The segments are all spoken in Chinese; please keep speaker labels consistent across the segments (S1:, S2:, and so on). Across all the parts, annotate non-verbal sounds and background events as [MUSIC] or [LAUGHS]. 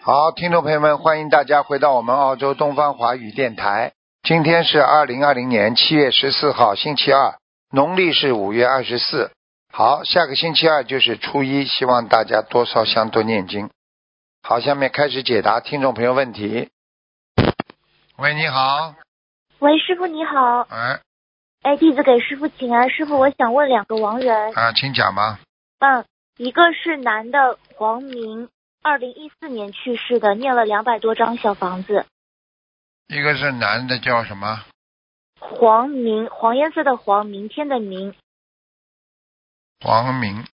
S1: 好，听众朋友们，欢迎大家回到我们澳洲东方华语电台。今天是二零二零年七月十四号，星期二，农历是五月二十四。好，下个星期二就是初一，希望大家多烧香，多念经。好，下面开始解答听众朋友问题。喂，你好，
S2: 喂，师傅你好，
S1: 哎
S2: 哎，弟子给师傅请安，师傅我想问两个亡人，
S1: 啊，请讲吧。
S2: 嗯，一个是男的黄明，二零一四年去世的，念了两百多张小房子，
S1: 一个是男的叫什么？
S2: 黄明，黄颜色的黄，明天的明，
S1: 黄明，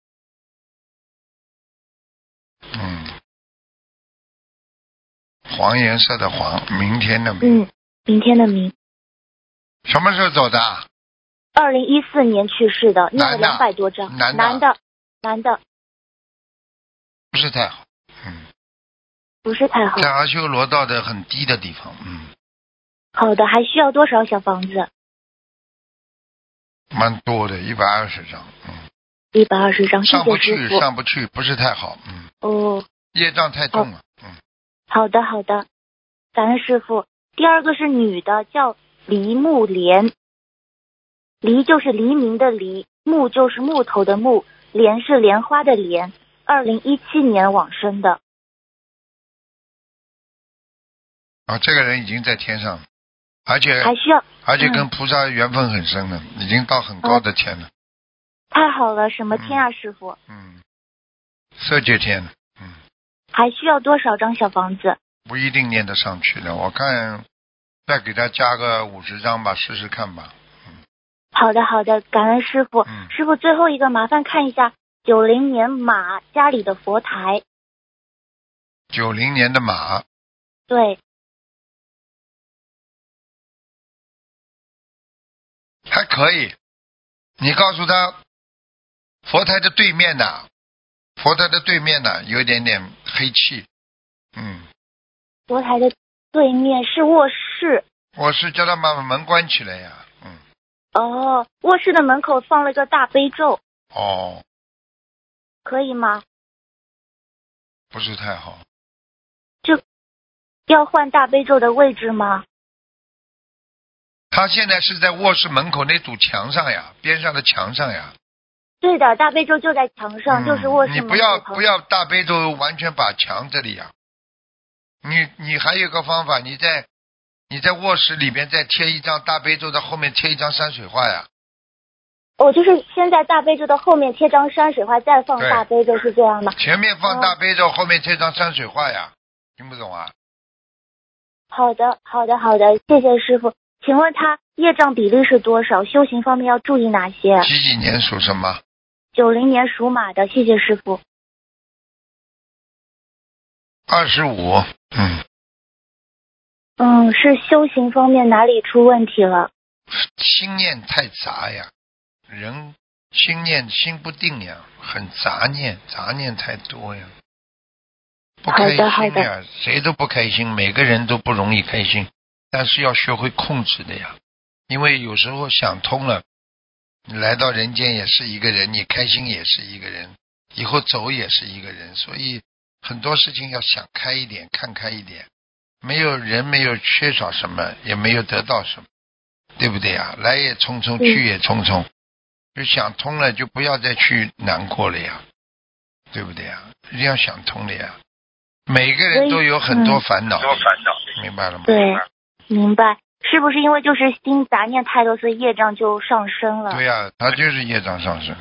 S1: 嗯，黄颜色的黄，明天的明。
S2: 嗯，明天的明，
S1: 什么时候走的？
S2: 二零一四年去世的，念了
S1: 男的
S2: 两百多张，
S1: 男的
S2: 的，男的，
S1: 不是太好，嗯，
S2: 不是太好，
S1: 在阿修罗道的很低的地方，嗯，
S2: 好的，还需要多少小房子？
S1: 蛮多的，一百二十张，嗯，
S2: 一百二十张，谢
S1: 上
S2: 谢
S1: 不
S2: 师
S1: 去，
S2: 傅。
S1: 上不去，不是太好，嗯，
S2: 哦，
S1: 业障太重了，嗯，
S2: 好的，好的，感恩师傅。第二个是女的，叫黎木莲，黎就是黎明的黎，木就是木头的木，莲是莲花的莲。二零一七年往生的，
S1: 啊，这个人已经在天上，而且
S2: 还需要
S1: 而且跟菩萨缘分很深了，已经到很高的天了，
S2: 太好了，什么天啊，师傅？
S1: 嗯，色界天了，嗯，
S2: 还需要多少张小房子？
S1: 不一定念得上去的，我看再给他加个五十张吧，试试看吧，
S2: 好的，好的，感恩师傅。
S1: 嗯，
S2: 师傅最后一个，麻烦看一下九零年马家里的佛台，
S1: 九零年的马，
S2: 对，
S1: 还可以。你告诉他，佛台的对面呐，佛台的对面呐，有一点点黑气。嗯，
S2: 佛台的对面是卧室，
S1: 我是叫他把门关起来呀。嗯，
S2: 哦，卧室的门口放了个大悲咒，
S1: 哦，
S2: 可以吗？
S1: 不是太好。
S2: 要换大悲咒的位置吗？
S1: 他现在是在卧室门口那堵墙上呀，边上的墙上呀。
S2: 对的，大悲咒就在墙
S1: 嗯
S2: 上，就是卧室
S1: 你
S2: 门口
S1: 不要
S2: 旁
S1: 不要大悲咒完全把墙这里呀。你你还有一个方法，你在你在卧室里边再贴一张大悲咒的后面贴一张山水画呀。
S2: 我哦就是先在大悲咒的后面贴张山水画，再放
S1: 对
S2: 大悲咒，是这样吗？
S1: 前面放大悲
S2: 哦
S1: 咒，后面贴张山水画呀，听不懂啊？
S2: 好的，好的，好的，谢谢师傅。请问他业障比例是多少？修行方面要注意哪些？
S1: 几几年属什么？
S2: 九零年属马的，谢谢师傅。
S1: 二十五。嗯，
S2: 嗯，是修行方面哪里出问题了？
S1: 心念太杂呀，人心念心不定呀，很杂念，杂念太多呀，不开
S2: 好
S1: 心
S2: 的
S1: 呀，谁都不开心，每个人都不容易开心，但是要学会控制的呀，因为有时候想通了，你来到人间也是一个人，你开心也是一个人，以后走也是一个人，所以很多事情要想开一点，看开一点。没有人没有缺少什么，也没有得到什么，对不对啊？来也匆匆，
S2: 嗯
S1: 去也匆匆，就想通了，就不要再去难过了呀，对不对啊？一定要想通了呀。每个人都有很多烦恼，
S3: 烦恼。
S1: 明白了吗？
S2: 嗯对，明白。是不是因为就是心杂念太多，所以业障就上升了？
S1: 对呀、他就是业障上升，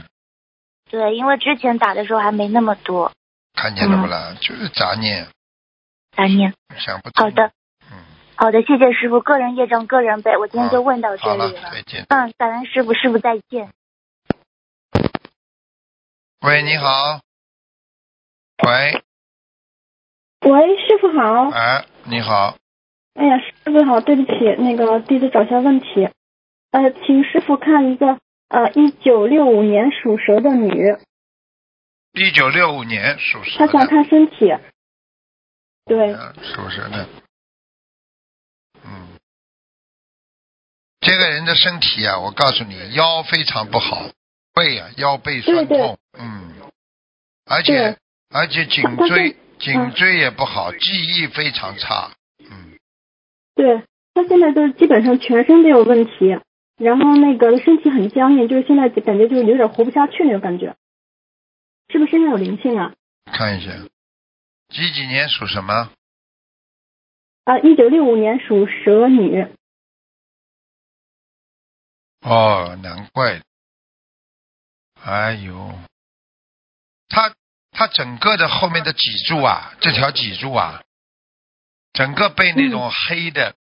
S2: 对，因为之前打的时候还没那么多
S1: 看见了不啦？就是杂念，
S2: 杂念。
S1: 想不通。
S2: 嗯好的，
S1: 嗯，
S2: 好的，谢谢师傅，个人业障个人背，我今天就问到这
S1: 好
S2: 里
S1: 了
S2: 了。，
S1: 再见。
S2: 嗯，感恩师傅，师傅再见。
S1: 喂，你好。喂，
S4: 喂，师傅好。
S1: 哎，你好，
S4: 哎呀，师傅好，对不起，那个弟子找一下问题。呃，请师傅看一个呃，一九六五年属蛇的女，
S1: 一九六五年属蛇
S4: 她
S1: 的。
S4: 想看身体。对，
S1: 嗯，属蛇的。嗯，这个人的身体啊，我告诉你，腰非常不好，背啊，腰背酸痛，
S4: 对对
S1: 嗯，而且而且颈椎颈椎也不好，记忆非常差。嗯，
S4: 对他现在就是基本上全身都有问题，然后那个身体很僵硬，就是现在感觉就是有点活不下去那种感觉，是不是身上有灵性啊？
S1: 看一下，几几年属什么？
S4: 啊，一九六五年属蛇女，
S1: 哦，难怪。哎呦，他他整个的后面的脊柱啊，这条脊柱啊，整个被那种黑的，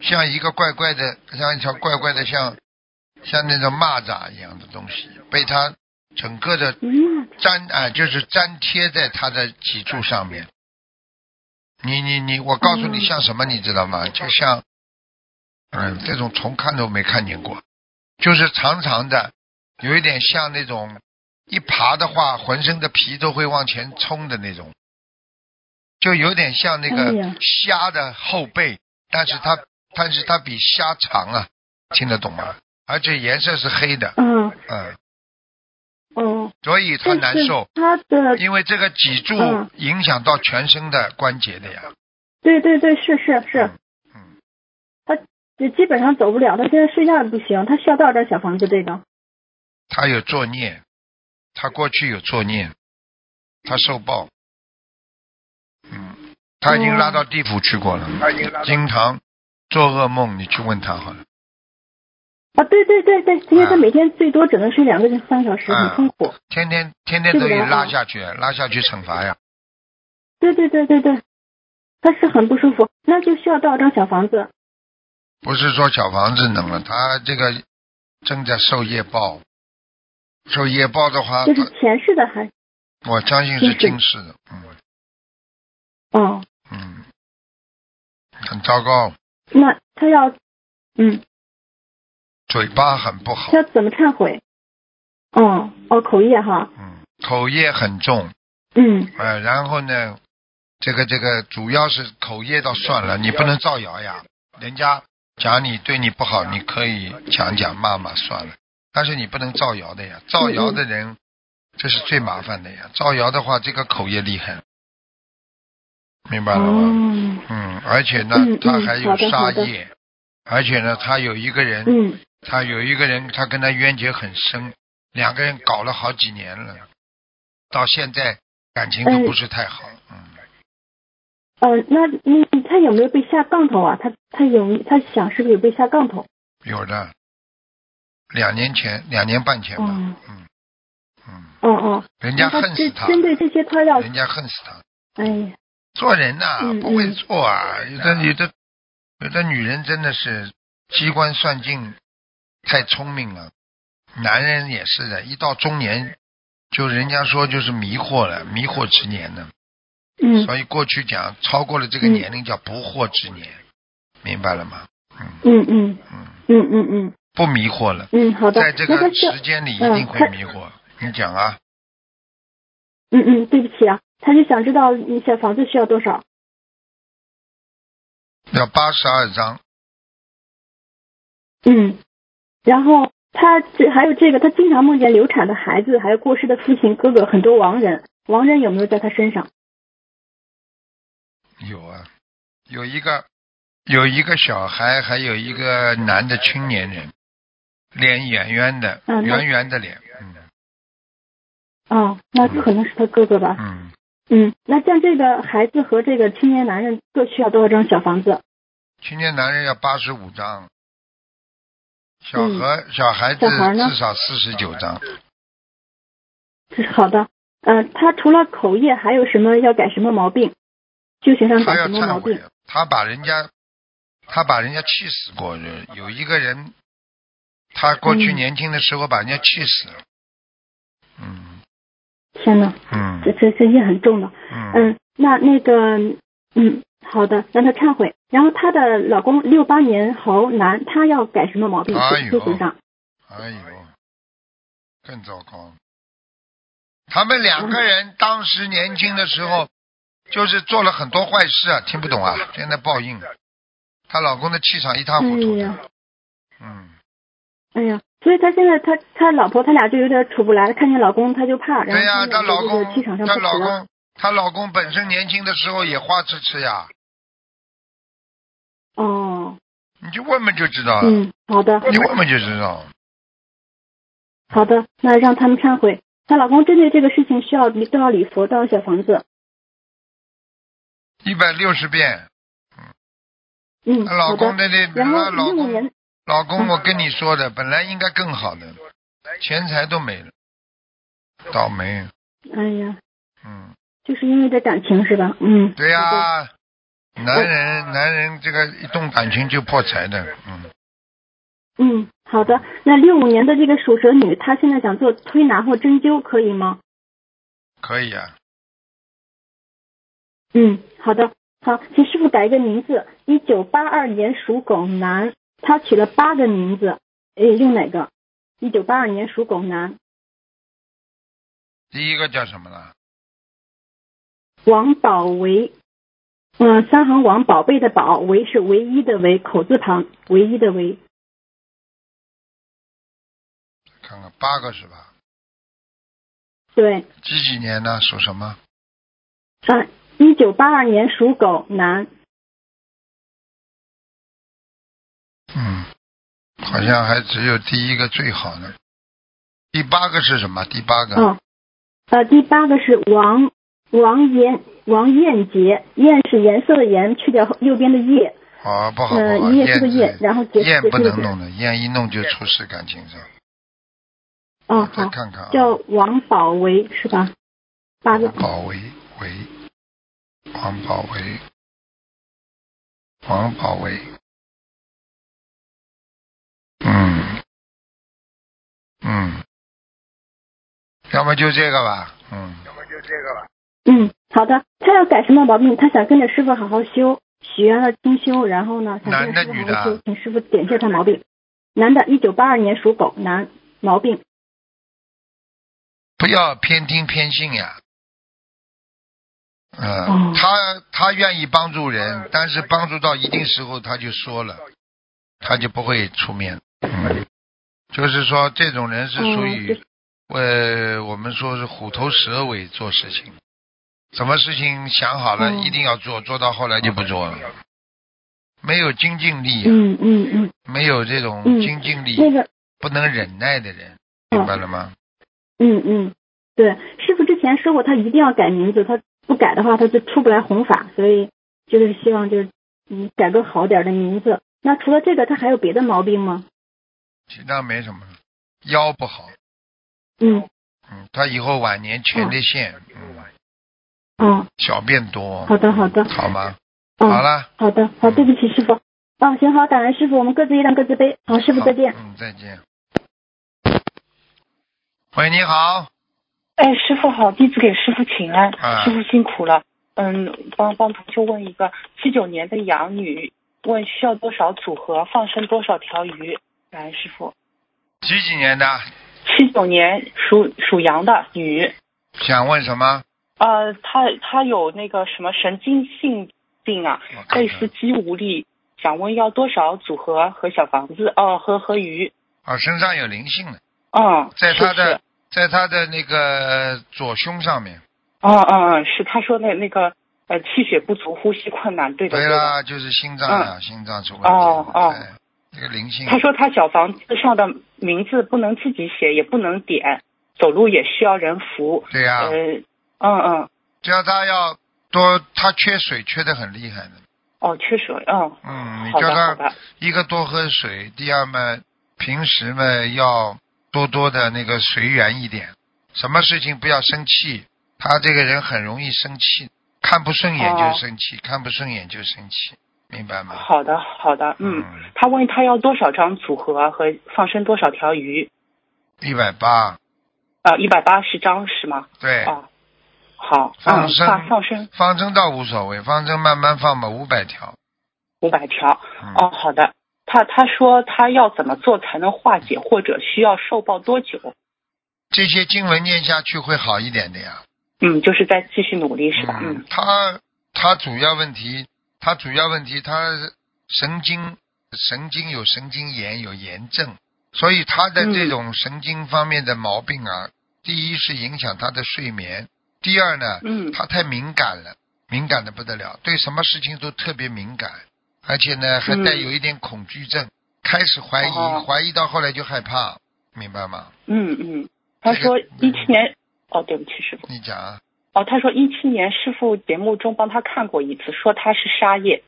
S1: 像一个怪怪的，像一条怪怪的，像像那种蚂蚱一样的东西，被他整个的
S4: 嗯，
S1: 粘啊，就是粘贴在他的脊柱上面。你你你，我告诉你
S4: 嗯
S1: 像什么，你知道吗？就像，嗯，这种虫看都没看见过，就是长长的，有一点像那种一爬的话，浑身的皮都会往前冲的那种，就有点像那
S4: 哎
S1: 个
S4: 呀
S1: 虾的后背，但是它但是它比虾长啊，听得懂吗？而且颜色是黑的，
S4: 嗯，
S1: 嗯，
S4: 哦，
S1: 所以它
S4: 但
S1: 难
S4: 是
S1: 受。
S4: 他的
S1: 因为这个脊柱
S4: 呃嗯
S1: 影响到全身的关节的呀。
S4: 对对对，是是是，
S1: 嗯，
S4: 就基本上走不了，他现在睡觉也不行，他需要多少张小房子？这个啊
S1: 他有作孽，他过去有作孽，他受报。嗯，他已经拉到地府去过了，
S3: 他已经拉到
S1: 经常做噩梦，你去问他好了。
S4: 啊，对对对对，因为他
S1: 嗯
S4: 每天最多只能睡两个三个小时，
S1: 嗯
S4: 很痛苦。
S1: 天天天天都
S4: 对
S1: 给
S4: 的啊
S1: 拉下去，拉下去惩罚呀。
S4: 对对对对对，他是很不舒服，那就需要多少张小房子？
S1: 不是说小房子能了，他这个正在受业报，受业报的话，
S4: 就是前世的还
S1: 他我相信是
S4: 今世
S1: 今世的，嗯
S4: 哦，
S1: 嗯，很糟糕。
S4: 那他要嗯，
S1: 嘴巴很不好
S4: 他，要怎么忏悔？哦哦，口业哈，
S1: 嗯，口业很重，
S4: 嗯
S1: 呃，然后呢，这个这个主要是口业倒算了，你不能造谣呀。人家讲你对你不好，你可以讲讲骂骂算了，但是你不能造谣的呀。造谣的
S4: 嗯
S1: 人，这是最麻烦的呀。造谣的话，这个口业厉害，明白了吗？
S4: 哦
S1: 嗯，而且呢
S4: 嗯嗯，
S1: 他还有
S4: 好的
S1: 杀
S4: 好的
S1: 业，而且呢，他有一个人，
S4: 嗯
S1: 他有一个人，他跟他冤结很深，两个人搞了好几年了，到现在感情都不是太好。嗯，
S4: 呃，那那他有没有被下杠头啊？他他有他想是不是有被下杠头？
S1: 有的，两年前，两年半前吧。
S4: 嗯
S1: 嗯嗯，
S4: 哦哦，
S1: 人家
S4: 那
S1: 恨死
S4: 这
S1: 他，
S4: 针对这些他要
S1: 人家恨死他。
S4: 哎呀，
S1: 做人呐、
S4: 嗯
S1: 不会
S4: 嗯
S1: 做啊，有的有的有的女人真的是机关算尽，太聪明了。男人也是的，一到中年，就人家说就是迷惑了，迷惑之年呢。
S4: 嗯
S1: 所以过去讲，超过了这个
S4: 嗯
S1: 年龄叫不惑之年，明白了吗？嗯
S4: 嗯嗯
S1: 嗯，
S4: 嗯嗯嗯
S1: 不迷惑了，
S4: 嗯，好的
S1: 在这，
S4: 那他
S1: 个
S4: 需要
S1: 时间里一
S4: 嗯
S1: 定会
S4: 他
S1: 迷惑。你讲啊，
S4: 嗯嗯，对不起啊，他就想知道你小房子需要多少？
S1: 要八十二章，
S4: 嗯，然后他这还有这个，他经常梦见流产的孩子，还有过世的父亲、哥哥，很多亡人，亡人有没有在他身上？
S1: 有啊，有一个有一个小孩，还有一个男的青年人，脸圆圆的，
S4: 嗯那
S1: 圆圆的脸，嗯
S4: 哦，那可能是他哥哥吧。
S1: 嗯，
S4: 嗯，那像这个孩子和这个青年男人各需要多少张小房子？
S1: 青年男人要八十五章，小
S4: 嗯
S1: 孩、小孩子
S4: 小孩呢
S1: 至少四十九章。
S4: 这是好的。呃，他除了口业，还有什么要改什么毛病？就学上
S1: 他
S4: 改
S1: 要
S4: 嗯什么
S1: 忏
S4: 毛
S1: 悔
S4: 病？，
S1: 他把人家，他把人家气死过。人有一个人，他过去
S4: 嗯
S1: 年轻的时候把人家气死了。嗯
S4: 天哪，
S1: 嗯
S4: 这这这业很重的。
S1: 嗯，
S4: 嗯，那那个，嗯，好的，让他忏悔。然后她的老公六八年猴男，他要改什么毛病？
S1: 哎呦
S4: 修行上。
S1: 哎呦，更糟糕。他们两个人当时年轻的时候，就是做了很多坏事啊，听不懂啊，现在报应。她老公的气场一塌
S4: 哎
S1: 糊涂
S4: 呀
S1: 的，，嗯，
S4: 哎呀，所以他现在他他老婆他俩就有点处不来，看见老公他就怕，然
S1: 对呀、
S4: 后
S1: 她
S4: 他们
S1: 老
S4: 俩就
S1: 公
S4: 是气场上
S1: 她
S4: 不
S1: 老
S4: 合。
S1: 公她老公本身年轻的时候也花痴痴呀，
S4: 哦，
S1: 你就问问就知道了，
S4: 嗯，好的，
S1: 啊你问问就知道。
S4: 好的，那让他们忏悔。她老公针对这个事情需要离多少礼佛，多少小房子？
S1: 一百六十遍，
S4: 嗯，
S1: 她老
S4: 好
S1: 公
S4: 的。
S1: 的那
S4: 然
S1: 她
S4: 后
S1: 老
S4: 一五
S1: 公
S4: 年，
S1: 老公，我跟你说的，本来应该更好的，钱财都没了，倒霉，
S4: 哎呀，
S1: 嗯，
S4: 就是因为这感情是吧？嗯，
S1: 对呀、
S4: 好的
S1: 男人男人这个一动感情就破财的，嗯，
S4: 嗯，好的。那六五年的这个属蛇女，她现在想做推拿或针灸，可以吗？
S1: 可以啊，
S4: 嗯，好的，好，请师傅改一个名字。一九八二年属狗男，他取了八个名字，诶，用哪个？一九八二年属狗男，
S1: 第一个叫什么呢？
S4: 王宝维，嗯、三横王，宝贝的宝，维是唯一的维，口字旁，唯一的维。
S1: 看看八个是吧？
S4: 对，
S1: 几几年呢？属什么？
S4: 啊，一九八二年属狗男，
S1: 嗯，好像还只有第一个最好的，第八个是什么？第八个，
S4: 哦，呃，第八个是王王燕王燕杰，燕是颜色的颜，去掉后右边的叶，
S1: 哦，不好不好，
S4: 嗯，叶
S1: 燕
S4: 是个叶，
S1: 子
S4: 然后杰
S1: 燕
S4: 杰
S1: 不
S4: 是个
S1: 能
S4: 杰。
S1: 弄的，燕一弄就出事，感情上。
S4: 哦，
S1: 再
S4: 好。
S1: 看看啊，
S4: 叫王宝维是吧？八个
S1: 王宝维维，王宝维，王宝维，嗯嗯，要么就这个吧，嗯，要么就这个吧，
S4: 嗯，好的。他要改什么毛病？他想跟着师傅好好修，许愿了清修，然后呢，想跟着
S1: 男的
S4: 师傅
S1: 女
S4: 好好
S1: 的啊
S4: 修，请师傅点一下他毛病。男的，一九八二年属狗，男，毛病。
S1: 不要偏听偏信呀。嗯、
S4: 哦
S1: 他他愿意帮助人，但是帮助到一定时候，他就说了，他就不会出面。嗯，就是说，这种人是属
S4: 嗯，就
S1: 于
S4: 是
S1: 呃，我们说是虎头蛇尾做事情，什么事情想好了、
S4: 哦
S1: 一定要做，做到后来就不做了，没有精进力、啊，
S4: 嗯嗯嗯，
S1: 没有这种
S4: 嗯
S1: 精进力、
S4: 那个，
S1: 不能忍耐的人，
S4: 哦
S1: 明白了吗？
S4: 嗯嗯，对，师傅之前说过，他一定要改名字，他不改的话，他就出不来弘法，所以就是希望就是嗯改个好点儿的名字。那除了这个，他还有别的毛病吗？
S1: 其他没什么了，腰不好，
S4: 嗯，
S1: 嗯，他以后晚年前列腺，嗯，
S4: 哦，
S1: 小便多，
S4: 好的好的，
S1: 好吗？
S4: 嗯，
S1: 好了，
S4: 好的，好，对不起，师傅。哦，行好，感恩师傅，我们各自一量，各自背。好，师傅
S1: 好
S4: 再见。
S1: 嗯，再见。喂，你好，
S3: 哎，师傅好，弟子给师傅请安，
S1: 啊
S3: 师傅辛苦了。嗯，帮帮同修问一个七九年的养女，问需要多少组合，放生多少条鱼？感恩师傅。
S1: 几几年的？
S3: 七九年属属羊的女，
S1: 想问什么？
S3: 呃，她她有那个什么神经性病啊，
S1: 我看看
S3: 类似肌无力，想问要多少组合和小房子？哦、和和鱼。
S1: 哦，身上有灵性的，
S3: 嗯，
S1: 在
S3: 是
S1: 他的
S3: 是
S1: 在他的那个左胸上面。
S3: 嗯嗯嗯，是他说那那个呃气血不足，呼吸困难，对的
S1: 对啊
S3: 对的。
S1: 啦，就是心脏呀，心脏出问题。
S3: 哦哦
S1: 哎这个灵性。
S3: 他说他小房子上的名字不能自己写，也不能点，走路也需要人扶。
S1: 对呀、
S3: 呃，嗯嗯，
S1: 只要他要多，他缺水缺的很厉害的。
S3: 哦，缺水，嗯，
S1: 嗯，你
S3: 好
S1: 叫
S3: 的好
S1: 他
S3: 的，
S1: 一个多喝水，第二嘛，平时嘛要多多的那个随缘一点，什么事情不要生气。他这个人很容易生气，看不顺眼
S3: 哦
S1: 就生气，看不顺眼就生气，明白吗？
S3: 好的好的，嗯。
S1: 嗯，
S3: 他问他要多少张组合和放生多少条鱼？
S1: 一百八，
S3: 啊、呃，一百八十张是吗？
S1: 对，
S3: 啊，好，
S1: 放
S3: 嗯
S1: 生
S3: 放放生
S1: 方针倒无所谓，方针慢慢放吧，五百条。
S3: 五百条。
S1: 嗯，
S3: 哦，好的。他他说他要怎么做才能化解，或者需要受报多久？
S1: 这些经文念下去会好一点的呀。
S3: 嗯，就是再继续努力是吧？嗯，
S1: 他他主要问题，他主要问题，他神经神经有神经炎，有炎症，所以
S3: 嗯
S1: 他的这种神经方面的毛病啊，第一是影响他的睡眠，第二呢，
S3: 嗯
S1: 他太敏感了，敏感的不得了，对什么事情都特别敏感，而且呢还带有一点恐惧症，开始怀疑，
S3: 嗯哦
S1: 怀疑到后来就害怕，明白吗？
S3: 嗯嗯，他说
S1: 这个
S3: 一七年，哦，对不起，师傅，
S1: 你讲啊，
S3: 哦，他说一七年师傅节目中帮他看过一次，说他是沙业，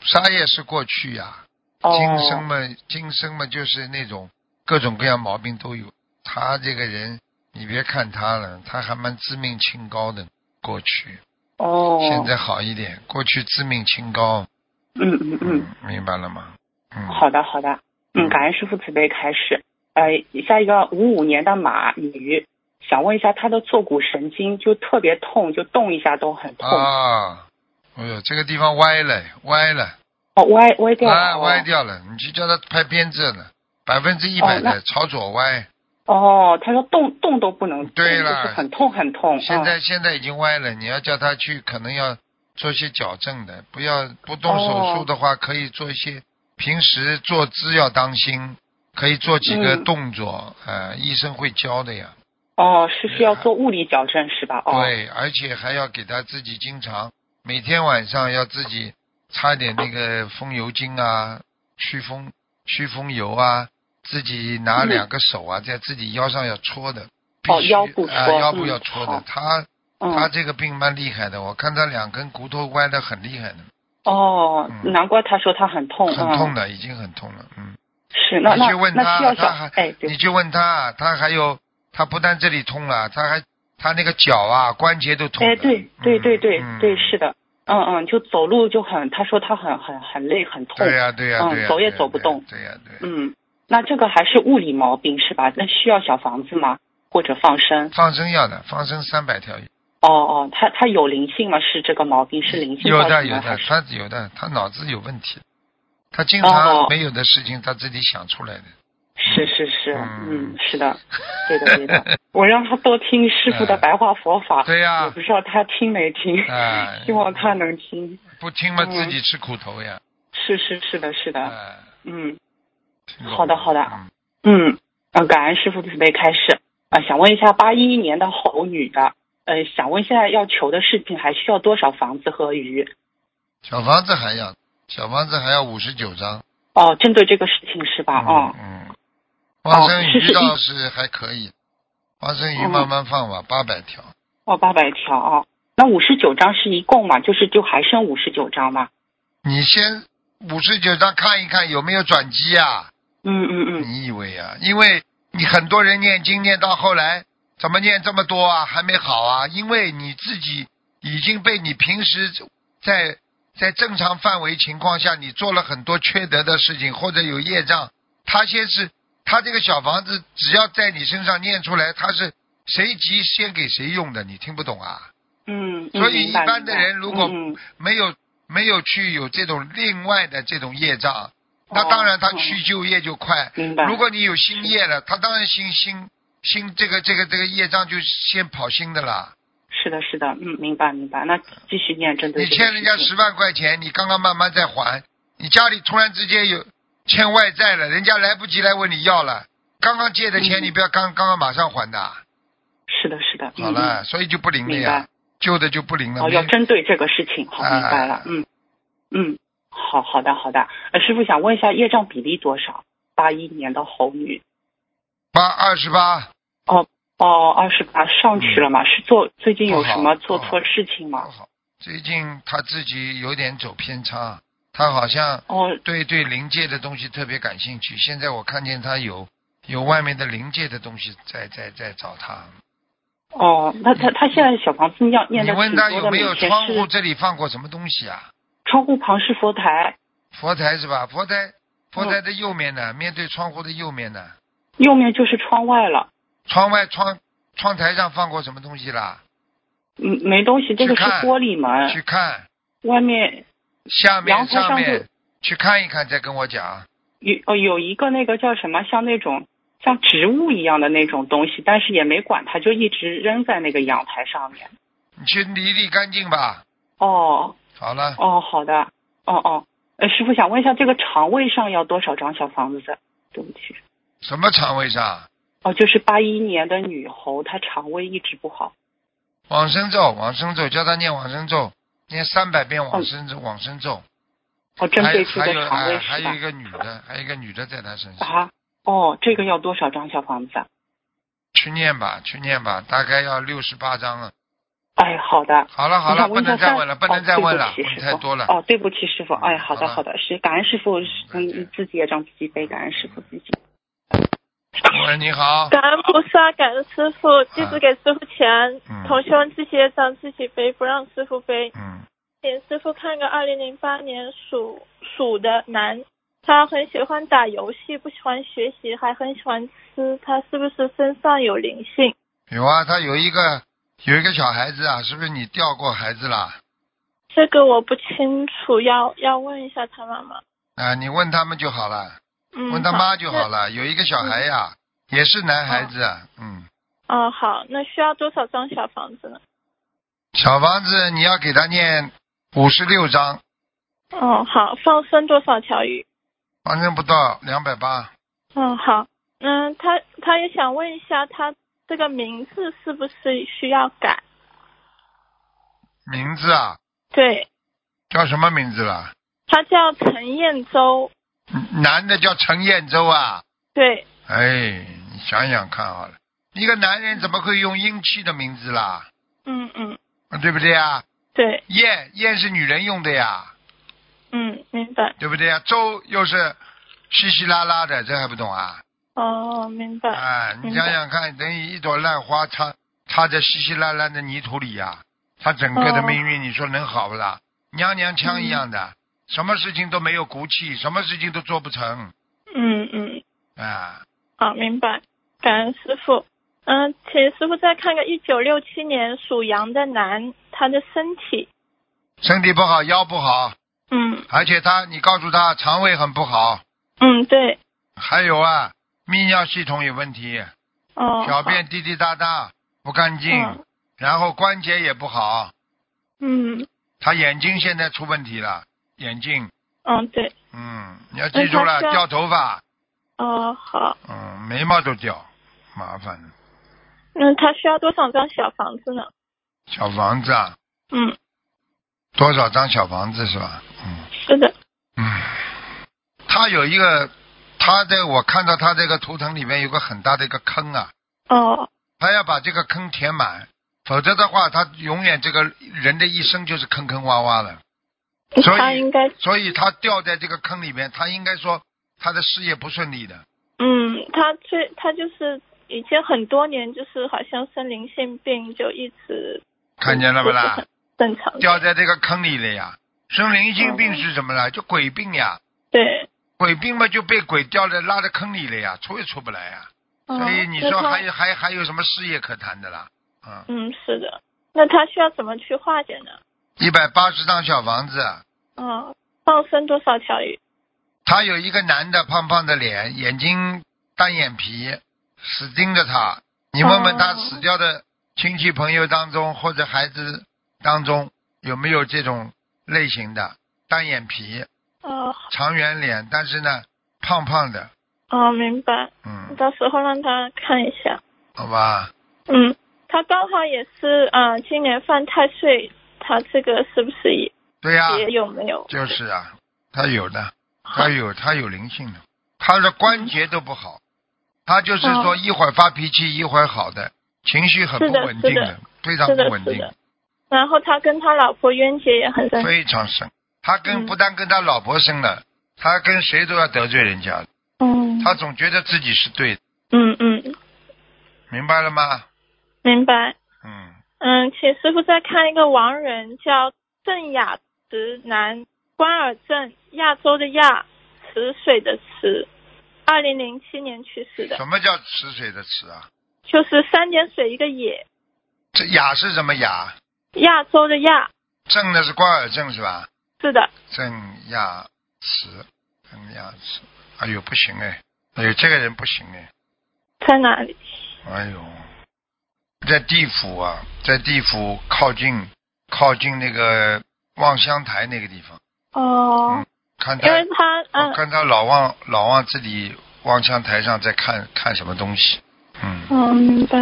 S1: 杀业是过去呀、
S3: 哦，
S1: 今生嘛，今生嘛，就是那种各种各样毛病都有。他这个人，你别看他了，他还蛮自命清高的。过去，
S3: 哦，
S1: 现，在好一点。过去自命清高，
S3: 嗯嗯嗯，
S1: 明白了吗？嗯，
S3: 好的好的，嗯，感恩师傅慈悲开始，呃，下一个五五年的马女，想问一下她的坐骨神经就特别痛，就动一下都很痛，
S1: 啊，哎呦，这个地方歪了，歪了，
S3: 哦，歪歪掉了，
S1: 啊，
S3: 哦
S1: 歪掉了。你去叫他拍偏正了，百分之一百
S3: 哦
S1: 的朝左歪。
S3: 哦，他说动动都不能动，
S1: 对
S3: 就
S1: 了
S3: 是很痛很痛。
S1: 现在现在已经歪了，你要叫他去，可能要做些矫正的。不要不动手术的话，可以做一些平时坐姿要当心，可以做几个
S3: 嗯
S1: 动作，呃，医生会教的呀。
S3: 哦，是需要做物理矫正是吧？哦，
S1: 对，而且还要给他自己经常每天晚上要自己擦点那个风油精啊，驱风驱风油啊，自己拿
S3: 嗯
S1: 两个手啊，在自己腰上要戳的，必
S3: 哦
S1: 须
S3: 腰部
S1: 啊、
S3: 戳
S1: 腰部
S3: 嗯
S1: 要戳的
S3: 好。
S1: 他他
S3: 嗯，
S1: 这个病蛮厉害的，我看他两根骨头歪的很厉害的，
S3: 哦，
S1: 嗯
S3: 难怪他说他很痛，
S1: 很痛
S3: 嗯、
S1: 的，已经很痛了。嗯，
S3: 是那
S1: 你
S3: 那
S1: 去问
S3: 那需
S1: 他，
S3: 要
S1: 他
S3: 小
S1: 还，
S3: 哎，
S1: 你
S3: 对，
S1: 去问他，他还有，他不但这里痛了，他还他那个脚啊关节都痛的。
S3: 哎，对对对对
S1: 嗯
S3: 对，是的，嗯嗯，就走路就很，他说他很很很累很痛，
S1: 对啊呀对呀
S3: 嗯
S1: 对呀，
S3: 走也
S1: 对呀
S3: 走不动
S1: 对呀对呀。
S3: 嗯，那这个还是物理毛病是吧？那需要小房子吗？或者放生？
S1: 放生要的，放生三百条鱼，
S3: 哦哦，他他有灵性吗？是这个毛病是灵性
S1: 有
S3: 造
S1: 的
S3: 成
S1: 有
S3: 的
S1: 的
S3: 还，是？
S1: 他有的，他脑子有问题，他经
S3: 哦
S1: 常没有的事情他自己想出来的。
S3: 是是是，
S1: 嗯
S3: 嗯，
S1: [LAUGHS]
S3: 是的，对的对的。我让他多听师傅的白话佛法，
S1: 嗯对啊呀
S3: 啊我不知道他听没听，
S1: 哎
S3: 希望他能听。
S1: 不听嘛，
S3: 嗯
S1: 自己吃苦头呀。
S3: 是是是的，是的，
S1: 哎
S3: 嗯
S1: 听懂
S3: 好的
S1: 吗
S3: 好的
S1: 嗯
S3: 嗯，呃，感恩师傅慈悲开始啊、想问一下八一年的猴女的，呃，想问现在要求的事情还需要多少房子和鱼？
S1: 小房子还要，小房子还要五十九张。
S3: 哦，针对这个事情是吧？哦
S1: 嗯，嗯，花生
S3: 是
S1: 鱼
S3: 是
S1: 倒是还可以，花生鱼
S3: 嗯
S1: 慢慢放吧，八百条。
S3: 哦，八百条啊，那五十九张是一共嘛？就是就还剩五十九张嘛？
S1: 你先五十九张看一看有没有转机啊？
S3: 嗯嗯嗯，
S1: 你以为啊？因为你很多人念经念到后来，怎么念这么多啊？还没好啊？因为你自己已经被你平时在在正常范围情况下，你做了很多缺德的事情或者有业障。他先是他这个小房子，只要在你身上念出来，他是谁急先给谁用的，你听不懂啊？
S3: 嗯，嗯
S1: 所以
S3: 明白
S1: 一般的
S3: 明白
S1: 人如果
S3: 嗯嗯
S1: 没有没有去有这种另外的这种业障，那
S3: 哦
S1: 当然他
S3: 嗯
S1: 去就业就快。
S3: 明白，
S1: 如果你有新业了，他当然新新新这个这个这个业障就先跑新的啦。
S3: 是的，是的，嗯，明白明白，那继续念针对
S1: 你
S3: 这个
S1: 欠人家
S3: 事情
S1: 十万块钱，你刚刚慢慢在还，你家里突然之间有欠外债了，人家来不及来问你要了，刚刚借的钱
S3: 嗯
S1: 你不要刚刚刚马上还的，啊
S3: 是的，是的，嗯
S1: 好了，所以就不灵了
S3: 明
S1: 呀
S3: 白，
S1: 旧的就不灵
S3: 嗯，
S1: 了。
S3: 哦，
S1: 没
S3: 要针对这个事情，好，
S1: 哎
S3: 明白了，嗯嗯，好好的好的，呃，师傅想问一下业障比例多少？八一年的猴女，
S1: 八二十八，
S3: 哦，二十八上去了嘛？是做最近有什么
S1: 嗯不好
S3: 做错事
S1: 不
S3: 情吗？
S1: 好，最近他自己有点走偏差，他好像
S3: 哦，
S1: 对对灵界的东西特别感兴趣。现在我看见他有有外面的灵界的东西在在在找他。
S3: 哦，那他他现在小房子念念
S1: 你
S3: 的挺
S1: 问他
S3: 多
S1: 有
S3: 的，每
S1: 没有
S3: 天
S1: 窗户
S3: 是
S1: 这里放过什么东西啊？
S3: 窗户旁是佛台，
S1: 佛台是吧？佛台佛
S3: 嗯
S1: 台的右面呢，面对窗户的右面呢，
S3: 右面就是窗外了。
S1: 窗外窗窗台上放过什么东西啦？
S3: 嗯，没东西，这个
S1: 去
S3: 是
S1: 看
S3: 玻璃
S1: 去
S3: 门，
S1: 看
S3: 外面
S1: 下面
S3: 阳台上
S1: 上
S3: 就
S1: 面去看一看，再跟我讲。
S3: 有哦有一个那个叫什么，像那种像植物一样的那种东西，但是也没管它，就一直扔在那个阳台上面。
S1: 你去理理干净吧。
S3: 哦
S1: 好了，
S3: 哦，好的，哦哦，呃，师傅想问一下，这个肠胃上要多少张小房子？对不起，
S1: 什么肠胃上？
S3: 哦，就是八一年的女猴，她肠胃一直不好。
S1: 往生咒，往生咒，叫他念往生咒，念三百遍往生咒，往生咒。
S3: 哦，针
S1: 还
S3: 对
S1: 有
S3: 这
S1: 还
S3: 个
S1: 有
S3: 肠胃
S1: 哎还
S3: 是
S1: 有
S3: 吧
S1: 一？个女的，还有一个女的在他身上，
S3: 啊，哦，这个要多少张小房子啊？
S1: 去念吧，去念吧，大概要六十八章了。
S3: 哎，好的。
S1: 好了好
S3: 你看
S1: 了，
S3: 我
S1: 不
S3: 问一下
S1: 能再
S3: 下
S1: 问了，不能再问了
S3: 哦、对，
S1: 问
S3: 不起，
S1: 太
S3: 师傅
S1: 多了。
S3: 哦，对不起，师傅。
S1: 嗯
S3: 哎，好的，
S1: 好了
S3: 好的，是感恩师傅，
S1: 再见
S3: 嗯，自己也让自己背，感恩师傅自己。
S1: 喂，你好，
S5: 感恩菩萨，感恩师
S1: 啊
S5: 傅，弟子给师傅钱，
S1: 嗯
S5: 同修这些让自己背，不让师傅背。
S1: 嗯，
S5: 请师傅看个二零零八年属鼠的男，他很喜欢打游戏，不喜欢学习，还很喜欢吃，他是不是身上有灵性？
S1: 有啊，他有一个有一个小孩子啊，是不是你掉过孩子啦？
S5: 这个我不清楚，要要问一下他妈妈。
S1: 啊，你问他们就好了，
S5: 嗯，
S1: 问他妈就好
S5: 了。
S1: 了。有一个小孩呀、也是男孩子，
S3: 哦
S1: 嗯，
S5: 那哦，好，那需要多少张小房子呢？
S1: 小房子你要给他念五十六章，
S5: 哦，好，放生多少条鱼？
S1: 反正不到两百八，
S5: 嗯，好，嗯，他他也想问一下，他这个名字是不是需要改？
S1: 名字啊
S5: 对，
S1: 叫什么名字啦？
S5: 他叫陈彦洲，嗯
S1: 男的叫陈彦洲啊，
S5: 对，
S1: 哎，你想想看好了，一个男人怎么会用阴气的名字啦？
S5: 嗯嗯，
S1: 对不对啊？
S5: 对，
S1: 燕燕是女人用的呀，
S5: 嗯，明白，
S1: 对不对呀？周又是稀稀拉拉的，这还不懂啊？
S5: 哦，明白，
S1: 哎，你
S5: 明
S1: 想
S5: 白
S1: 想看，等于一朵烂花插插在稀稀烂烂的泥土里呀、它整个的
S5: 哦
S1: 命运，你说能好不啦？娘娘腔一样
S5: 嗯
S1: 的，什么事情都没有骨气，什么事情都做不成
S5: 嗯嗯，
S1: 啊！
S5: 好，明白，感恩师傅。嗯，请师傅再看个一九六七年属羊的男，他的身体，
S1: 身体不好，腰不好，
S5: 嗯
S1: 而且他，你告诉他肠胃很不好，
S5: 嗯，对，
S1: 还有啊，泌尿系统有问题，
S5: 哦，
S1: 小
S5: 好
S1: 便滴滴答答，不干净，
S5: 嗯
S1: 然后关节也不好，
S5: 嗯
S1: 他眼睛现在出问题了，眼睛，
S5: 嗯，对，
S1: 嗯，你要记住了，
S5: 哎那他需
S1: 掉
S5: 要
S1: 头发，
S5: 哦，好，
S1: 嗯，眉毛都掉，麻烦了。
S5: 那他需要多少张小房子呢？
S1: 小房子啊，
S5: 嗯，
S1: 多少张小房子是吧？嗯
S5: 是的，
S1: 嗯，他有一个，他在我看到他这个图腾里面有个很大的一个坑啊，
S5: 哦，
S1: 他要把这个坑填满，否则的话，他永远这个人的一生就是坑坑洼洼的。所以
S5: 他应该，
S1: 所以他掉在这个坑里面，他应该说他的事业不顺利的。
S5: 嗯，他最他就是已经很多年，就是好像生灵性病，就一直
S1: 看见了不
S5: 不 [LAUGHS] 是
S1: 啦
S5: 很？正常的
S1: 掉在这个坑里了呀！生灵性病是什么啦？就鬼病呀，
S5: 对，
S1: 鬼病嘛就被鬼掉在拉到坑里了呀，出也出不来呀。
S5: 嗯
S1: 所以你
S5: 那
S1: 说
S5: 他
S1: 还有还还有什么事业可谈的啦？嗯，
S5: 嗯，是的，那他需要怎么去化解呢？
S1: 一百八十张小房子，啊
S5: 嗯，放生多少条鱼？
S1: 他有一个男的胖胖的脸，眼睛单眼皮，死盯着他。你问问他
S5: 哦
S1: 死掉的亲戚朋友当中或者孩子当中有没有这种类型的单眼皮、
S5: 哦，
S1: 长圆脸，但是呢胖胖的，
S5: 哦，明白，
S1: 嗯，
S5: 到时候让他看一下。
S1: 好吧，
S5: 嗯，他刚好也是，嗯、今年犯太岁，他这个是不是也、
S1: 对呀、
S5: 也有没有？
S1: 啊就是啊，他有的，他有他有灵性的，他的关节都不好，他就是说
S5: 哦
S1: 一会儿发脾气，一会儿好的，情绪很不
S5: 是的
S1: 稳定
S5: 是的
S1: 非常
S5: 是的
S1: 不稳
S5: 是
S1: 定
S5: 的，然后他跟他老婆冤结也很深。
S1: 非常深。他跟
S5: 嗯
S1: 不但跟他老婆生了，他跟谁都要得罪人家，
S5: 嗯
S1: 他总觉得自己是对的，
S5: 嗯嗯，
S1: 明白了吗？
S5: 明白。
S1: 嗯，
S5: 嗯，请师傅再看一个亡人，叫郑雅池南关尔镇亚洲的亚，池水的池，二零零七年去世的，
S1: 什么叫池水的池啊？
S5: 就是三点水一个野，
S1: 这雅是什么雅？
S5: 亚洲的亚，
S1: 正的是瓜尔正是吧？
S5: 是的，
S1: 正亚池，正亚池。哎呦，不行哎，哎呦，这个人不行哎。
S5: 在哪里？
S1: 哎呦，在地府啊，在地府靠近靠近那个望乡台那个地方，
S5: 哦，
S1: 看他
S5: 因，为他
S1: 我
S5: 嗯
S1: 看他老往老往自己望乡台上在看看什么东西，嗯，
S5: 哦嗯明白。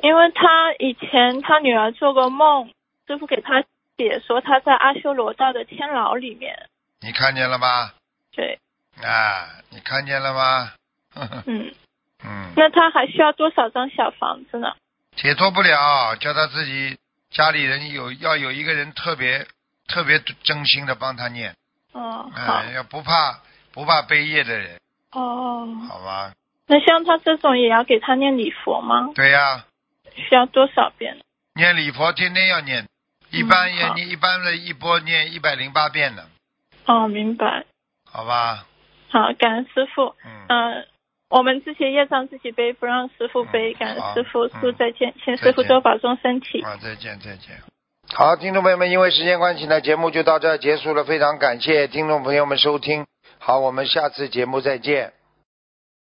S5: 因为他以前他女儿做过梦，师傅给他解说他在阿修罗道的天牢里面。
S1: 你看见了吧？
S5: 对，
S1: 啊，你看见了吗？ [LAUGHS] 呵呵
S5: 嗯，
S1: 嗯，
S5: 那他还需要多少张小房子呢？
S1: 解脱不了，叫他自己家里人有要有一个人特别特别真心的帮他念，
S5: 哦，好
S1: 啊，，要不怕不怕背业的人，
S5: 哦，
S1: 好吗？
S5: 那像他这种也要给他念礼佛吗？
S1: 对呀、
S5: 需要多少遍？
S1: 念礼佛天天要念，一般也、
S5: 好
S1: 你一般的一波念一百零八遍呢，
S5: 哦，明白。
S1: 好吧？
S5: 好，感恩师傅。
S1: 嗯，
S5: 嗯、我们自己业障自己背，不让师傅背。
S1: 嗯
S5: 感
S1: 好
S5: 恩师傅，
S1: 嗯
S5: 祝再见，请
S1: 再
S5: 师傅
S1: 见
S5: 多保重身体。
S1: 啊，再见再见。好，听众朋友们，因为时间关系呢，节目就到这儿结束了。非常感谢听众朋友们收听，好，我们下次节目再见。